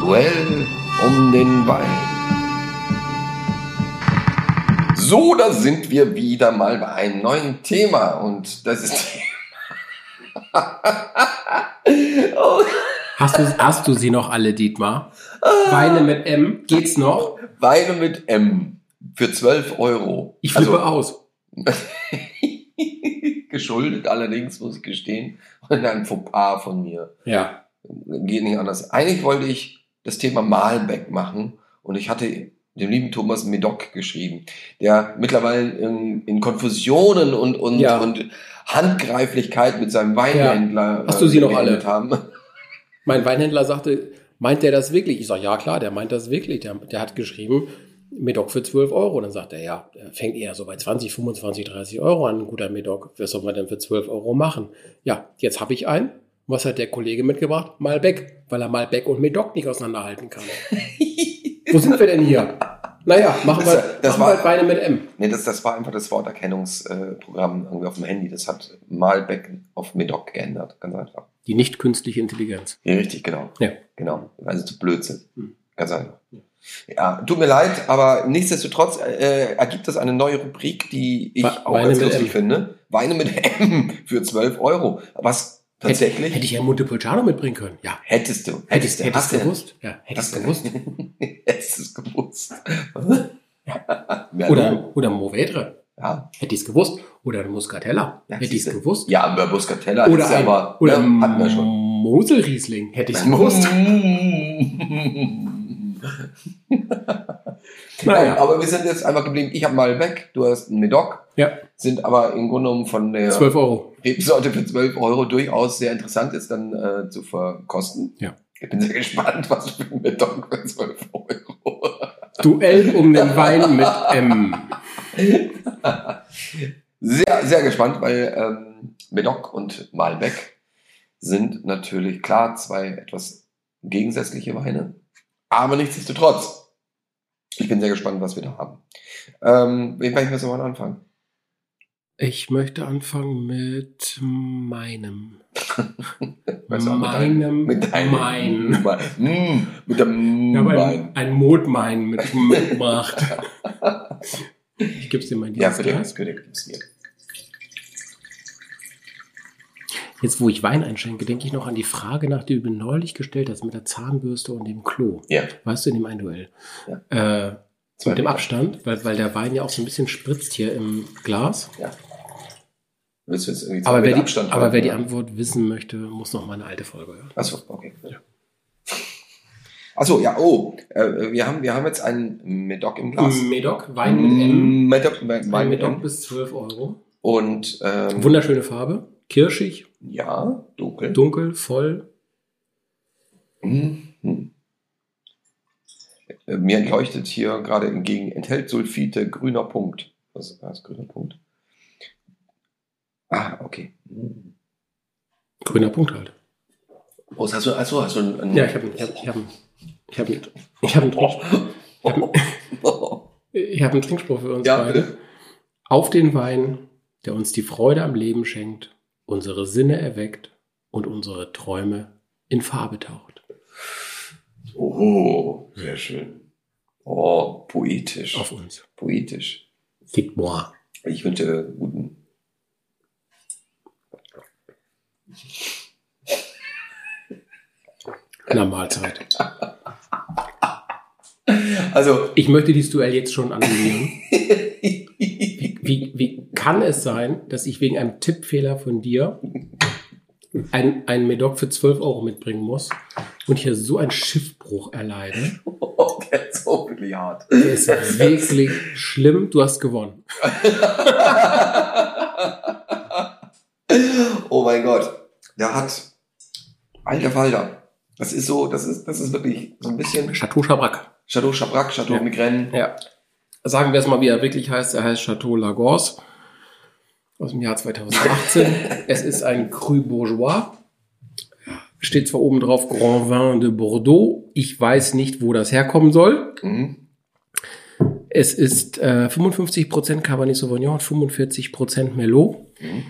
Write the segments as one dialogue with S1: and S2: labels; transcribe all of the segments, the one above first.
S1: Duell um den Ball. So, da sind wir wieder mal bei einem neuen Thema und das ist oh,
S2: Hast du, hast du sie noch alle, Dietmar? Weine mit M, geht's noch?
S1: Weine mit M für 12 Euro.
S2: Ich flippe aus.
S1: geschuldet allerdings, muss ich gestehen, und ein Fauxpas von mir.
S2: Ja.
S1: geht nicht anders. Eigentlich wollte ich das Thema Malbeck machen und ich hatte dem lieben Thomas Medoc geschrieben, der mittlerweile in, in Konfusionen und, und,
S2: Ja.
S1: und Handgreiflichkeit mit seinem Weinhändler.
S2: Hast du sie noch alle?
S1: geendet Haben.
S2: Mein Weinhändler sagte, meint der das wirklich? Ich sage, ja klar, der meint das wirklich. Der, der hat geschrieben, Medoc für 12 Euro. Dann sagt er, ja, er fängt eher so bei 20, 25, 30 Euro an, ein guter Medoc. Was soll man denn für 12 Euro machen? Ja, jetzt habe ich einen. Was hat der Kollege mitgebracht? Malbec, weil er Malbec und Medoc nicht auseinanderhalten kann. Wo sind wir denn hier? Naja, machen wir,
S1: Das- das
S2: machen
S1: war-
S2: wir Weine mit M.
S1: Nee, das, das war einfach das Worterkennungsprogramm äh, irgendwie auf dem Handy. Das hat Malbeck auf Medoc geändert. Ganz einfach.
S2: Die nicht künstliche Intelligenz.
S1: Ja, richtig, genau.
S2: Ja.
S1: Genau, weil sie zu blöd sind.
S2: Hm.
S1: Ganz einfach. Ja, tut mir leid, aber nichtsdestotrotz äh, ergibt das eine neue Rubrik, die ich
S2: Wa-
S1: auch
S2: Weine
S1: ganz
S2: mit
S1: lustig
S2: M.
S1: finde. Weine mit M für 12 Euro. Was tatsächlich
S2: Hätte ich ja Montepulciano mitbringen können. Ja.
S1: hättest du.
S2: Hättest,
S1: du.
S2: hättest
S1: Hast du
S2: du gewusst? Ja,
S1: Hast
S2: hättest du
S1: du
S2: gewusst.
S1: hättest es gewusst. ja, du.
S2: Oder, oder Movetre.
S1: Ja,
S2: Hätte ich es gewusst. Oder ein Muscatella.
S1: Ja,
S2: hätte ich es
S1: siehste.
S2: gewusst.
S1: ja aber Buscatella
S2: oder
S1: ist
S2: ein,
S1: aber,
S2: oder
S1: ne, hatten wir schon.
S2: Moselriesling. Hätte ich es gewusst.
S1: Nein, Genau, aber wir sind jetzt einfach geblieben. Ich habe Malbec, du hast einen Medoc.
S2: Ja,
S1: sind aber im Grunde genommen von der
S2: 12 Euro.
S1: Rebsorte für 12 Euro durchaus sehr interessant ist, dann äh, zu verkosten.
S2: Ja.
S1: Ich bin sehr gespannt, was für ein Beton für 12 Euro.
S2: Duell um den Wein mit M.
S1: Sehr, sehr gespannt, weil ähm, Medoc und Malbec sind natürlich klar zwei etwas gegensätzliche Weine. Aber nichtsdestotrotz, ich bin sehr gespannt, was wir da haben. Ähm, mit welchem soll man anfangen?
S2: Ich möchte anfangen mit meinem.
S1: Weißt du, auch mit
S2: Meinem
S1: deinem- mit deinem
S2: Mein.
S1: Mm, mit dem
S2: Ich habe
S1: Wein.
S2: ein, ein Motmein mit M gemacht. Ich gebe es dir mal in
S1: Ja,
S2: dieses
S1: bitte,
S2: Glas.
S1: bitte, gib's mir.
S2: Jetzt, wo ich Wein einschenke, denke ich noch an die Frage, nach der du mir neulich gestellt hast, mit der Zahnbürste und dem Klo.
S1: Ja.
S2: Weißt du, in dem einen Duell. Äh,
S1: Zwei
S2: mit dem
S1: Meter.
S2: Abstand, weil, weil der Wein ja auch so ein bisschen spritzt hier im Glas.
S1: Willst du jetzt irgendwie zwei
S2: Aber wer,
S1: Meter
S2: die,
S1: Abstand
S2: aber wer die
S1: halten?
S2: Antwort wissen möchte, muss noch mal eine alte Folge hören.
S1: Achso, okay. Achso, ja, oh. Äh, wir, haben, wir haben jetzt einen Medoc im Glas.
S2: Medoc, Wein mit M.
S1: Medoc, Me-
S2: Wein
S1: Wein
S2: mit
S1: mit
S2: Medoc
S1: M.
S2: bis 12 Euro.
S1: Und ähm,
S2: Wunderschöne Farbe. Kirschig,
S1: ja, dunkel.
S2: dunkel, voll.
S1: Mhm. Äh, Mir leuchtet hier gerade entgegen, enthält Sulfite, grüner Punkt. Was ist das, grüner Punkt? Ah, okay. Mhm.
S2: Grüner Punkt halt.
S1: Oh, hast du, achso, hast du einen, einen
S2: Ja, ich habe ich hab, ich hab, ich hab, ich hab einen Trinkspruch. Ich
S1: Oh.
S2: habe ich hab einen Trinkspruch für uns
S1: Ja,
S2: beide.
S1: bitte.
S2: Auf den Wein, der uns die Freude am Leben schenkt, unsere Sinne erweckt und unsere Träume in Farbe taucht.
S1: Oho, sehr schön. Oh, poetisch.
S2: Auf uns.
S1: Poetisch.
S2: Dietmar.
S1: Ich wünsche guten.
S2: Na Mahlzeit.
S1: Also,
S2: Ich möchte dieses Duell jetzt schon annullieren. Wie, wie kann es sein, dass ich wegen einem Tippfehler von dir ein, ein Medoc für 12 Euro mitbringen muss und hier so einen Schiffbruch erleide?
S1: oh, der ist so wirklich hart.
S2: Der ist wirklich schlimm. Du hast gewonnen.
S1: oh mein Gott. Der hat. Alter Falter. Das ist so, das ist, das ist wirklich so ein bisschen
S2: Chateau Chabrac.
S1: Chateau Chabrak, Chateau
S2: Ja.
S1: Migraine.
S2: Ja. Sagen wir es mal, wie er wirklich heißt. Er heißt Chateau Lagorce aus dem Jahr 2018. es ist ein Cru Bourgeois. Steht zwar oben drauf Grand Vin de Bordeaux. Ich weiß nicht, wo das herkommen soll.
S1: Mhm.
S2: Es ist äh, 55% Cabernet Sauvignon, 45% Merlot.
S1: Mhm.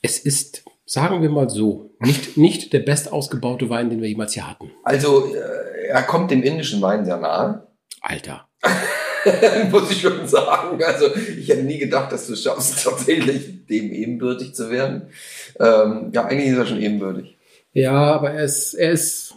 S2: Es ist, sagen wir mal so, nicht, nicht der bestausgebaute Wein, den wir jemals hier hatten.
S1: Also, äh, er kommt dem indischen Wein sehr nahe.
S2: Alter.
S1: Muss ich schon sagen. Also ich hätte nie gedacht, dass du es schaffst, tatsächlich dem ebenbürtig zu werden. Ähm, ja, eigentlich ist er schon ebenbürtig.
S2: Ja, aber er ist, er ist,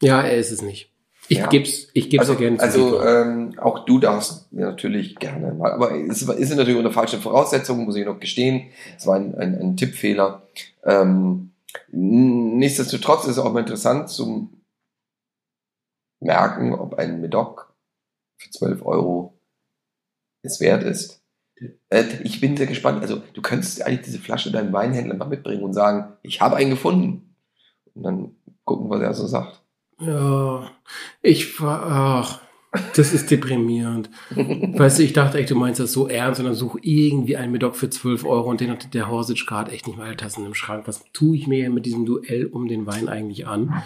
S2: ja, er ist es nicht. Ich
S1: Ja.
S2: geb's, ich geb's
S1: also
S2: dir gerne zu
S1: also
S2: Siegel.
S1: ähm, auch du darfst mir natürlich gerne mal, aber es war- ist natürlich unter falschen Voraussetzungen, muss ich noch gestehen. Es war ein, ein, ein Tippfehler. Ähm, n- nichtsdestotrotz ist es auch mal interessant zum merken, ob ein Medoc für 12 Euro es wert ist. Äh, ich bin sehr gespannt. Also du könntest eigentlich diese Flasche deinem Weinhändler mal mitbringen und sagen, ich habe einen gefunden. Und dann gucken, was er so sagt.
S2: ja, ich war, ach, das ist deprimierend. weißt du, ich dachte echt, du meinst das so ernst und dann such irgendwie einen Medoc für 12 Euro und den hat der Horsic gerade echt nicht mal alle Tassen im Schrank. Was tue ich mir hier mit diesem Duell um den Wein eigentlich an?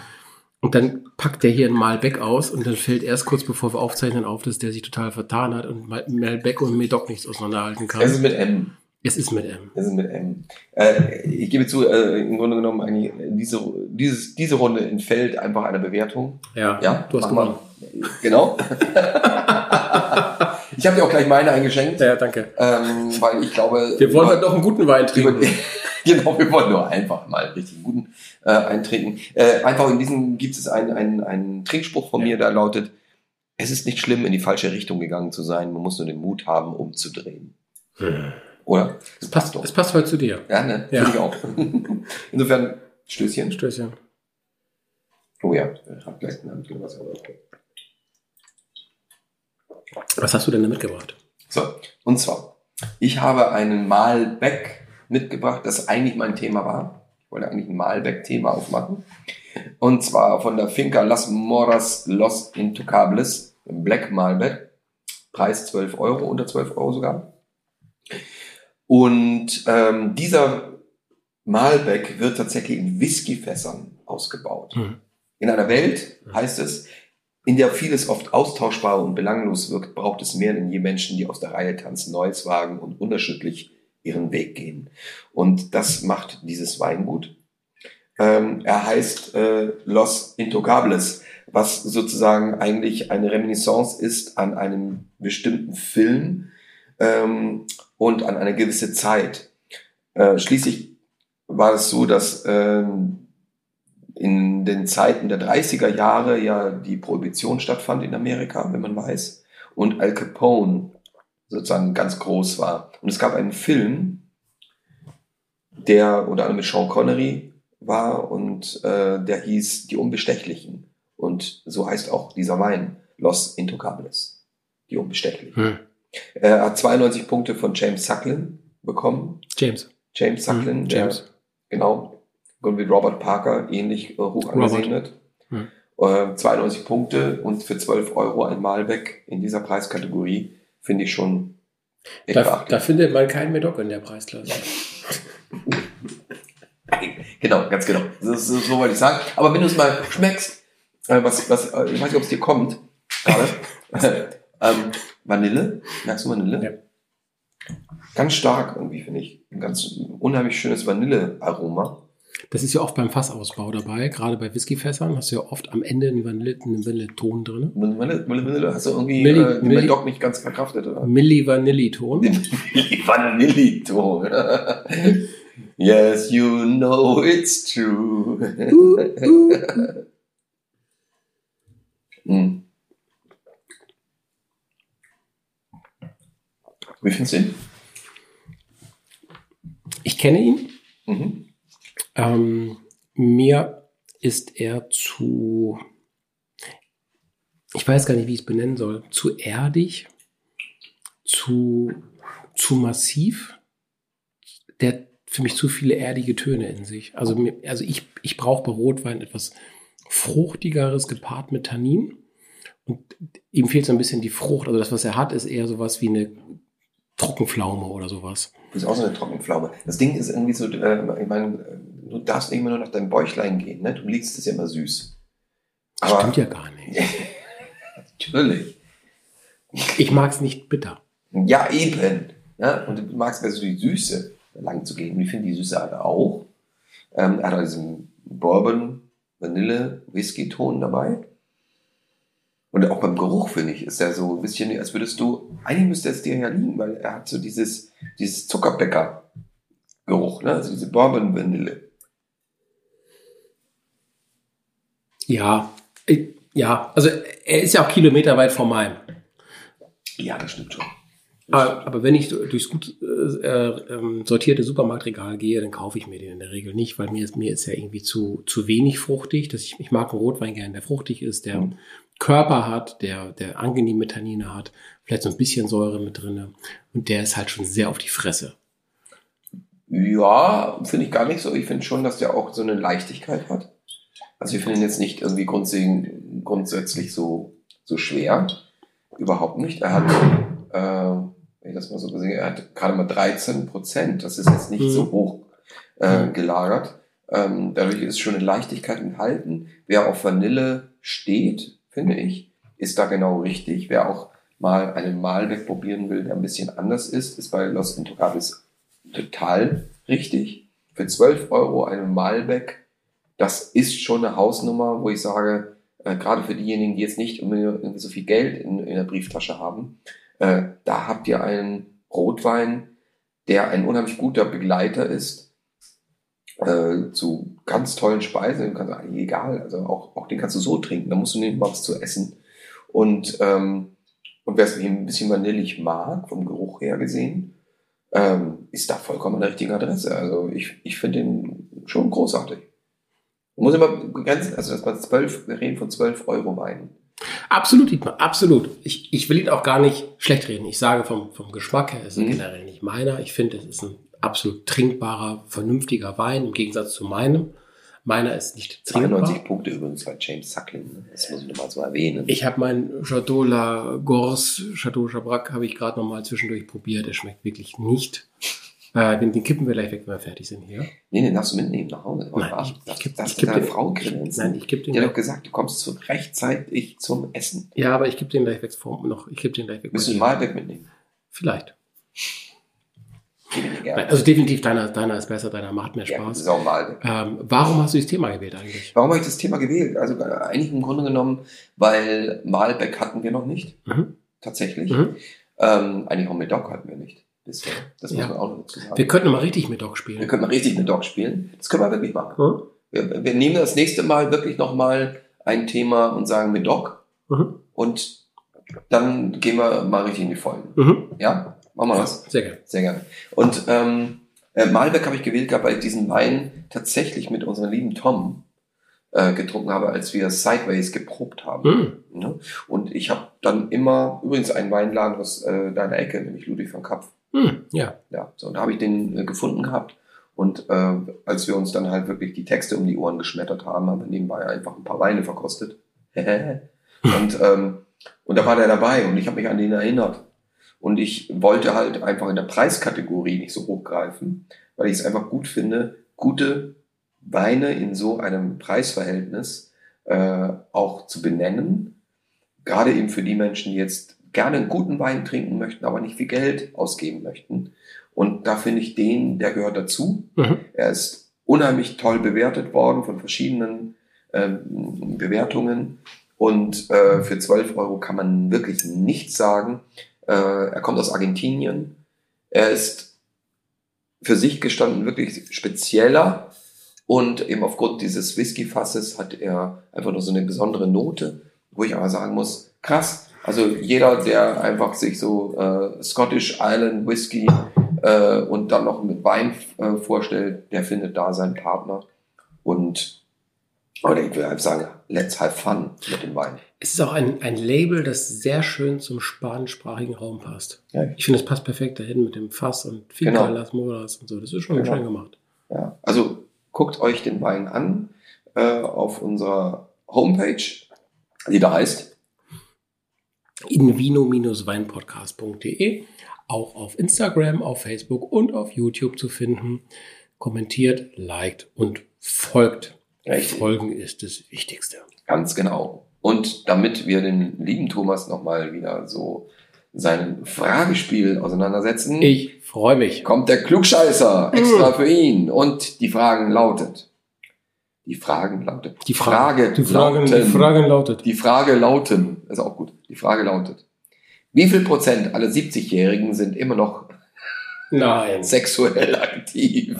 S2: Und dann packt der hier einen Malbec aus und dann fällt erst kurz bevor wir aufzeichnen auf, dass der sich total vertan hat und Mal- Malbec und Medoc nichts auseinanderhalten kann.
S1: Es ist mit M.
S2: es ist mit M.
S1: Wir sind mit M. Äh, ich gebe zu, äh, im Grunde genommen, eigentlich, diese, dieses, diese Runde entfällt einfach einer Bewertung.
S2: Ja,
S1: Ja,
S2: du
S1: mach
S2: hast
S1: mal.
S2: gewonnen.
S1: Genau. ich habe dir auch gleich meine eingeschenkt,
S2: Ja, danke.
S1: ähm, weil ich glaube.
S2: Wir wollen heute noch einen guten Wein
S1: über,
S2: trinken.
S1: genau, wir wollen nur einfach mal einen richtig guten äh, eintrinken. Äh, einfach in diesem gibt es einen, einen, einen Trinkspruch von mir, der lautet: Es ist nicht schlimm, in die falsche Richtung gegangen zu sein. Man muss nur den Mut haben, umzudrehen. Oder?
S2: Hm. Es passt, es passt heute zu dir.
S1: Ja, ne?
S2: Ja.
S1: Finde ich auch. Insofern, Stößchen.
S2: Stößchen.
S1: Oh ja, hab gleich einen Handgriff, was aber okay.
S2: Was hast du denn da mitgebracht?
S1: So, und zwar, ich habe einen Malbec mitgebracht, das eigentlich mein Thema war. Ich wollte eigentlich ein Malbec-Thema aufmachen. Und zwar von der Finca Las Moras Los Intocables, ein Black Malbec. Preis 12 Euro, unter 12 Euro sogar. Und ähm, dieser Malbec wird tatsächlich in Whiskyfässern ausgebaut.
S2: Mhm.
S1: In einer Welt, heißt es, in der vieles oft austauschbar und belanglos wirkt, braucht es mehr denn je Menschen, die aus der Reihe tanzen, Neues wagen und unerschütterlich ihren Weg gehen. Und das macht dieses Weingut. Ähm, er heißt äh, Los Intocables, was sozusagen eigentlich eine Reminiscence ist an einem bestimmten Film ähm, und an eine gewisse Zeit. Äh, schließlich war es so, dass ähm, in den Zeiten der 30er Jahre ja die Prohibition stattfand in Amerika, wenn man weiß, und Al Capone sozusagen ganz groß war. Und es gab einen Film, der unter anderem mit Sean Connery war und äh, der hieß Die Unbestechlichen. Und so heißt auch dieser Wein, Los Intocables, die Unbestechlichen.
S2: Hm.
S1: Er hat 92 Punkte von James Sucklin bekommen.
S2: James.
S1: James Sucklin,
S2: Hm,
S1: der
S2: James.
S1: Genau. Und wie Robert Parker ähnlich äh, hoch angesehen wird.
S2: Hm.
S1: Äh, 92 Punkte und für 12 Euro ein Malbec in dieser Preiskategorie finde ich schon
S2: Da, da
S1: beachtlich.
S2: findet man keinen Medoc in der Preisklasse.
S1: Genau, ganz genau. Das ist, so wollte ich sagen. Aber wenn du es mal schmeckst, äh, was, was, äh, ich weiß nicht, ob es dir kommt, gerade. ähm, Vanille, merkst du Vanille?
S2: Ja.
S1: Ganz stark irgendwie, finde ich. Ein ganz unheimlich schönes Vanillearoma.
S2: Das ist ja oft beim Fassausbau dabei, gerade bei Whiskyfässern hast du ja oft am Ende einen Vanille- einen Vanilleton drin.
S1: Vanille, Vanille, Vanille, hast du irgendwie
S2: Milli-
S1: äh, den
S2: Milli-
S1: Medoc nicht ganz verkraftet, oder?
S2: Milli-Vanilliton.
S1: Vanillito. yes, you know it's true.
S2: Uh, uh.
S1: Hm. Wie findest du ihn?
S2: Ich kenne ihn.
S1: Mhm.
S2: Ähm, mir ist er zu, ich weiß gar nicht, wie ich es benennen soll, zu erdig, zu, zu massiv. Der hat für mich zu viele erdige Töne in sich. Also, mir, also ich, ich brauche bei Rotwein etwas Fruchtigeres gepaart mit Tannin. Und ihm fehlt so ein bisschen die Frucht. Also das, was er hat, ist eher sowas wie eine Trockenpflaume oder sowas.
S1: Du bist auch so eine Trockenpflaume. Das Ding ist irgendwie so, äh, ich meine, äh, du darfst nicht immer nur nach deinem Bäuchlein gehen, ne? Du liegst es ja immer süß.
S2: Das
S1: Aber
S2: stimmt ja gar nicht.
S1: natürlich.
S2: Ich mag es nicht bitter.
S1: Ja, eben. Ja? Und du magst besser die Süße lang zu gehen. Und ich finde die Süße halt auch. Ähm, er hat auch diesen Bourbon Vanille-Whisky-Ton dabei. Und auch beim Geruch, finde ich, ist er so ein bisschen, als würdest du, eigentlich müsste es dir ja liegen, weil er hat so dieses, dieses Zuckerbäcker-Geruch, ne? also diese Bourbon-Vanille.
S2: Ja, ich, ja, also er ist ja auch kilometerweit vor meinem.
S1: Ja, das stimmt schon.
S2: Aber, aber wenn ich durchs gut äh, ähm, sortierte Supermarktregal gehe, dann kaufe ich mir den in der Regel nicht, weil mir ist, mir ist ja irgendwie zu, zu wenig fruchtig. Dass ich, ich mag einen Rotwein gerne, der fruchtig ist, der
S1: Mhm.
S2: Körper hat, der, der angenehme Tannine hat, vielleicht so ein bisschen Säure mit drinne Und der ist halt schon sehr auf die Fresse.
S1: Ja, finde ich gar nicht so. Ich finde schon, dass der auch so eine Leichtigkeit hat. Also ich finde ihn jetzt nicht irgendwie grundsätzlich, grundsätzlich so, so schwer. Überhaupt nicht. Er hat, äh, wenn ich das mal so gesehen, er hat gerade mal 13 Prozent. Das ist jetzt nicht
S2: Mhm.
S1: so hoch äh, gelagert. Ähm, dadurch ist schon eine Leichtigkeit enthalten. Wer auf Vanille steht, finde ich, ist da genau richtig. Wer auch mal einen Malbec probieren will, der ein bisschen anders ist, ist bei Los Intocables total richtig. Für 12 Euro einen Malbec, das ist schon eine Hausnummer, wo ich sage, äh, gerade für diejenigen, die jetzt nicht irgendwie irgendwie so viel Geld in, in der Brieftasche haben, äh, da habt ihr einen Rotwein, der ein unheimlich guter Begleiter ist äh, zu ganz tollen Speisen. Den kannst du eigentlich egal, also auch, auch den kannst du so trinken, da musst du nicht mal was zu essen. Und, ähm, und wer es ein bisschen vanillig mag, vom Geruch her gesehen, ähm, ist da vollkommen an der richtigen Adresse. Also ich, ich finde den schon großartig. Man muss immer ganz, also dass man zwölf, wir reden von 12 Euro Wein.
S2: Absolut, Dietmar, absolut. Ich, ich will ihn auch gar nicht schlecht reden. Ich sage vom, vom Geschmack her, ist er
S1: Mhm.
S2: generell nicht meiner. Ich finde, es ist ein absolut trinkbarer, vernünftiger Wein im Gegensatz zu meinem. Meiner ist nicht trinkbar.
S1: 92 Punkte übrigens bei James Suckling. ne? Das muss ich nochmal so erwähnen.
S2: Ich habe meinen Chateau La Gorse, Chateau Chabrac, habe ich gerade nochmal zwischendurch probiert. Der schmeckt wirklich nicht. Äh, den, den kippen wir gleich weg, wenn wir fertig sind hier.
S1: nee, den darfst du mitnehmen nach Hause.
S2: Nein,
S1: Warte,
S2: ich- ich
S1: das,
S2: kipp-
S1: das
S2: ich kipp
S1: deine
S2: den-
S1: Frau
S2: ich-
S1: grinsen.
S2: Nein, ich gebe den
S1: Die hat
S2: gleich.
S1: doch gesagt, du kommst zu, rechtzeitig zum Essen.
S2: Ja, aber ich gebe den gleich weg. Vor, noch, ich gebe den gleich weg.
S1: Müssen wir Malbec mitnehmen?
S2: Vielleicht.
S1: Gib mir den
S2: Nein,
S1: gerne.
S2: also definitiv deiner, deiner ist besser, deiner macht mehr
S1: Ja, das
S2: Spaß.
S1: ist auch Malbec.
S2: Ähm, warum hast du dieses Thema gewählt eigentlich?
S1: Warum habe ich das Thema gewählt? Also äh, eigentlich im Grunde genommen, weil Malbec hatten wir noch nicht,
S2: Mhm.
S1: tatsächlich.
S2: Mhm.
S1: Ähm, eigentlich auch Medoc hatten wir nicht. Bisher. Das muss
S2: Ja.
S1: man auch noch dazu sagen.
S2: Wir
S1: Wir,
S2: könnten mal richtig mit Doc spielen.
S1: können mal richtig Medoc spielen. Das können wir wirklich machen.
S2: Mhm.
S1: Wir, wir nehmen das nächste Mal wirklich nochmal ein Thema und sagen Medoc
S2: Mhm.
S1: und dann gehen wir mal richtig in die Vollen.
S2: Mhm.
S1: Ja? Machen wir das.
S2: Sehr gerne.
S1: Sehr gerne. Und ähm, äh, Malbec habe ich gewählt gehabt, weil ich diesen Wein tatsächlich mit unserem lieben Tom äh, getrunken habe, als wir Sideways geprobt haben.
S2: Mhm.
S1: Ne? Und ich habe dann immer, übrigens einen Weinladen aus äh, deiner Ecke, nämlich Ludwig von Kapf.
S2: Mhm. Ja.
S1: Ja, so, und da habe ich den äh, gefunden gehabt. Und äh, als wir uns dann halt wirklich die Texte um die Ohren geschmettert haben, haben wir nebenbei einfach ein paar Weine verkostet. und, ähm, und da war der dabei und ich habe mich an den erinnert. Und ich wollte halt einfach in der Preiskategorie nicht so hochgreifen, weil ich es einfach gut finde, gute Weine in so einem Preisverhältnis äh, auch zu benennen. Gerade eben für die Menschen, die jetzt gerne einen guten Wein trinken möchten, aber nicht viel Geld ausgeben möchten. Und da finde ich den, der gehört dazu.
S2: Mhm.
S1: Er ist unheimlich toll bewertet worden von verschiedenen ähm, Bewertungen. Und äh, für 12 Euro kann man wirklich nichts sagen. Äh, er kommt aus Argentinien. Er ist für sich gestanden wirklich spezieller. Und eben aufgrund dieses Whisky-Fasses hat er einfach nur so eine besondere Note, wo ich aber sagen muss, krass. Also jeder, der einfach sich so äh, Scottish Island Whisky äh, und dann noch mit Wein äh, vorstellt, der findet da seinen Partner. Und oder ich will halt sagen, let's have fun mit dem Wein.
S2: Es ist auch ein, ein Label, das sehr schön zum spanischsprachigen Raum passt.
S1: Ja.
S2: Ich finde, es passt perfekt dahin mit dem Fass und Finca
S1: Genau.
S2: Las Moras und so. Das ist schon
S1: Genau.
S2: schön gemacht.
S1: Ja. Also guckt euch den Wein an äh, auf unserer Homepage, die da heißt.
S2: invino-weinpodcast.de, E, auch auf Instagram, auf Facebook und auf YouTube zu finden. Kommentiert, liked und folgt.
S1: Richtig.
S2: Folgen ist das Wichtigste.
S1: Ganz genau. Und damit wir den lieben Thomas nochmal wieder so seinem Fragespiel auseinandersetzen,
S2: Ich freue mich.
S1: kommt der Klugscheißer extra für ihn. Und die Fragen lautet. Die Fragen lautet.
S2: Die Frage-
S1: die
S3: Die Fragen,
S1: lauten,
S3: die Fragen lautet.
S1: die Frage lauten, ist auch gut. Die Frage lautet. Wie viel Prozent aller 70-Jährigen sind immer noch
S2: Nein.
S1: sexuell aktiv?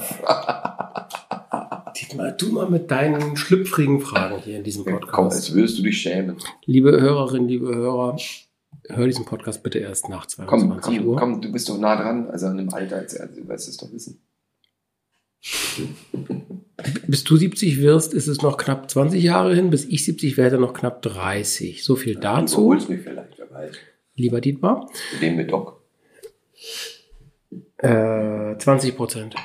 S2: Dietmar, du mal mit deinen schlüpfrigen Fragen hier in diesem
S1: Komm,
S2: Podcast.
S1: als würdest du dich schämen.
S2: Liebe Hörerinnen, liebe Hörer, hör diesen Podcast bitte erst nach
S1: Komm,
S2: 22
S1: komm,
S2: Uhr.
S1: komm, du bist doch nah dran, also an dem Alter, als er, du wirst es doch wissen.
S2: Bis du 70 wirst, ist es noch knapp 20 Jahre hin. Bis ich 70 werde, noch knapp 30. So viel
S1: Du
S2: dazu,
S1: holst mich Also vielleicht dabei.
S2: lieber Dietmar.
S1: Dem mit Doc.
S2: Äh, 20 Prozent.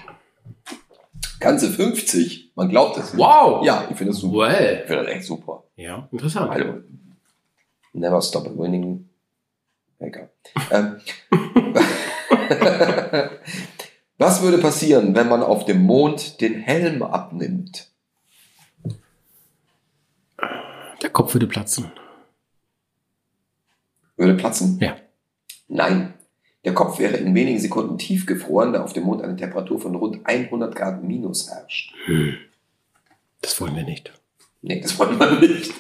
S1: Ganze 50. Man glaubt es. nicht.
S2: Wow!
S1: Ja, ich finde es super. Ich
S2: Well.
S1: finde das echt super.
S2: Ja, interessant.
S1: Hallo. Never stop winning. Egal. Ähm, Was würde passieren, wenn man auf dem Mond den Helm abnimmt?
S2: Der Kopf würde platzen.
S1: Würde platzen?
S2: Ja.
S1: Nein. Der Kopf wäre in wenigen Sekunden tiefgefroren, da auf dem Mond eine Temperatur von rund 100 Grad minus herrscht.
S2: Hm. Das wollen wir nicht.
S1: Nee, das wollen wir nicht.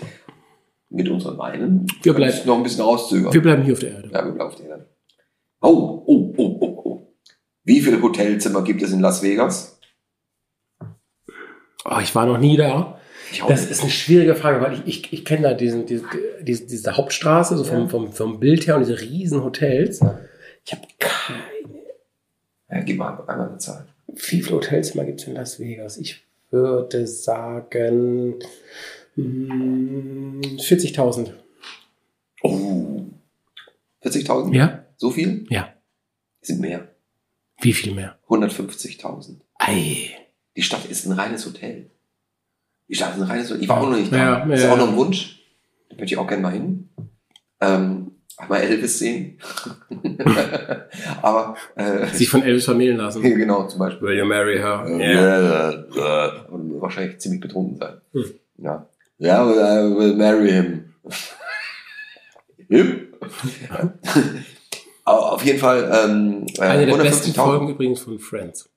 S1: Mit unseren Weinen.
S2: Wir
S1: Können
S2: bleiben-
S1: es noch ein bisschen rauszögern.
S2: Wir bleiben hier auf der Erde.
S1: ja, wir bleiben auf den Erde. Oh, oh, oh, oh, oh. Wie viele Hotelzimmer gibt es in Las Vegas?
S2: Oh, ich war noch nie da.
S1: Ich auch
S2: Das
S1: nicht.
S2: ist eine schwierige Frage, weil ich, ich, ich kenne da diesen, diesen, diesen, diese Hauptstraße, so vom,
S1: Ja.
S2: vom, vom Bild her und diese riesen Hotels.
S1: Ja.
S2: Ich habe keine.
S1: ja, äh, gib mal einmal eine Zahl.
S2: Wie viele Hotelzimmer gibt es in Las Vegas? Ich würde sagen mm, 40.000.
S1: Oh. 40.000?
S2: Ja?
S1: So viel?
S2: Ja.
S1: Es sind mehr.
S2: Wie viel mehr?
S1: 150.000.
S2: Ei.
S1: Die Stadt ist ein reines Hotel. Die Stadt ist ein reines Hotel. Ich war auch noch nicht da.
S2: Ja, ja,
S1: ist auch
S2: ja.
S1: noch ein Wunsch. Da würde ich auch gerne mal hin. Ähm, mal Elvis sehen. Aber äh,
S2: Sich von Elvis vermählen lassen.
S1: hier genau zum Beispiel.
S2: Will you marry her?
S1: Yeah. Und wahrscheinlich ziemlich betrunken sein.
S2: Hm.
S1: Ja. Ja, but I will marry him. him? Aber auf jeden Fall ähm, äh,
S2: Eine der besten
S1: 150.000.
S2: Folgen übrigens von Friends.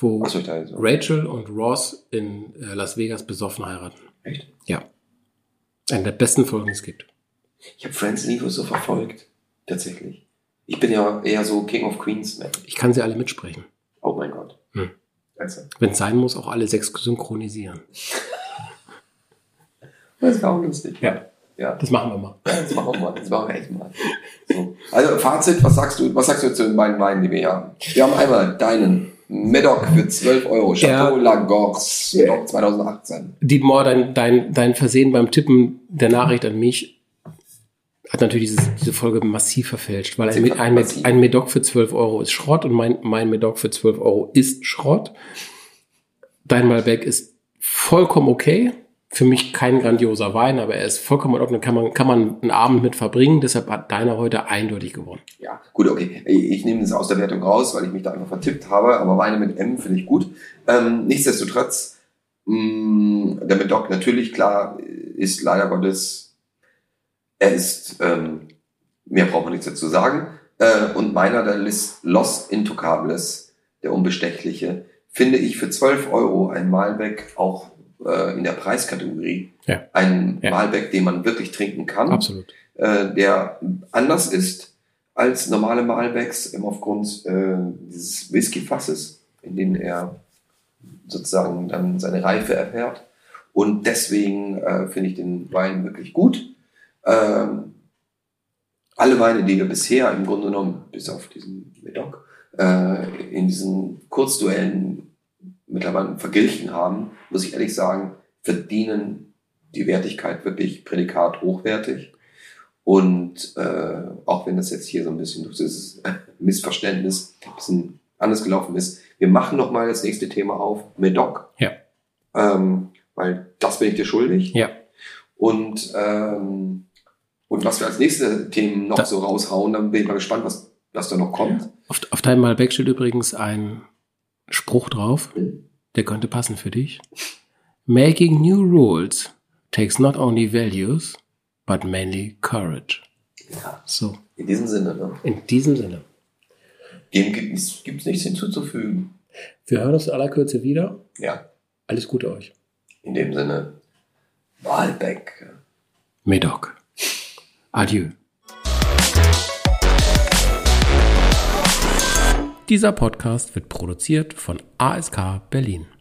S2: Wo
S1: Achso, ich dachte so.
S2: Rachel und Ross in äh, Las Vegas besoffen heiraten.
S1: Echt?
S2: Ja. Eine der besten Folgen, die es gibt.
S1: Ich habe Friends nie so verfolgt. Tatsächlich. Ich bin ja eher so King of Queens Man.
S2: Ich kann sie alle mitsprechen.
S1: Oh mein Gott.
S2: Hm.
S1: Also,
S2: Wenn es sein muss, auch alle sechs synchronisieren.
S1: das war auch lustig.
S2: Ja.
S1: Ja,
S2: Das machen wir mal.
S1: das machen wir mal. Das machen wir echt mal. So. Also Fazit, was sagst du, was sagst du zu den beiden Weinen, die wir hier haben? Wir haben einmal deinen Medoc für 12 Euro, Chateau Lagors, Medoc 2018.
S2: Dietmar, dein, dein, dein Versehen beim Tippen der Nachricht an mich hat natürlich dieses, diese Folge massiv verfälscht, weil ein, Med- ein, Med- ein Medoc für 12 Euro ist Schrott und mein, mein Medoc für 12 Euro ist Schrott. Dein Malbec ist vollkommen okay. Für mich kein grandioser Wein, aber er ist vollkommen in Ordnung. Kann man, kann man einen Abend mit verbringen. Deshalb hat deiner heute eindeutig gewonnen.
S1: Ja, gut, okay. Ich nehme das aus der Wertung raus, weil ich mich da einfach vertippt habe, aber Weine mit M finde ich gut. Ähm, nichtsdestotrotz, mh, der Medoc natürlich klar ist leider Gottes, er ist, ähm, mehr braucht man nichts dazu sagen. Äh, und meiner, der Lis- Los Intocables, der Unbestechliche, finde ich für 12 Euro ein Malbec auch äh, in der Preiskategorie.
S2: Ja.
S1: Ein
S2: Ja.
S1: Malbec, den man wirklich trinken kann
S2: Absolut.
S1: äh, der anders ist als normale Malbecs, eben aufgrund äh, dieses Whiskyfasses, in dem er sozusagen dann seine Reife erfährt. Und deswegen äh, finde ich den Wein wirklich gut. Ähm, alle Weine, die wir bisher im Grunde genommen, bis auf diesen Medoc, äh, in diesen Kurzduellen mittlerweile verglichen haben, muss ich ehrlich sagen, verdienen die Wertigkeit wirklich Prädikat hochwertig. Und äh, auch wenn das jetzt hier so ein bisschen durch dieses Missverständnis ein bisschen anders gelaufen ist, wir machen nochmal das nächste Thema auf, Medoc.
S2: Ja.
S1: Ähm, weil das bin ich dir schuldig.
S2: Ja.
S1: Und, ähm, und was wir als nächste Themen noch
S2: Da-
S1: so raushauen, dann bin ich mal gespannt, was, was da noch kommt.
S2: Auf, auf deinem Malbec steht übrigens ein Spruch drauf,
S1: Mhm.
S2: der könnte passen für dich. Making new rules takes not only values, but mainly courage.
S1: Ja.
S2: So,
S1: In diesem Sinne, ne?
S2: in diesem Sinne.
S1: dem gibt es nichts hinzuzufügen.
S2: Wir hören uns in aller Kürze wieder.
S1: Ja,
S2: Alles Gute euch.
S1: In dem Sinne, Malbec.
S2: Medoc. Adieu. Dieser Podcast wird produziert von ASK Berlin.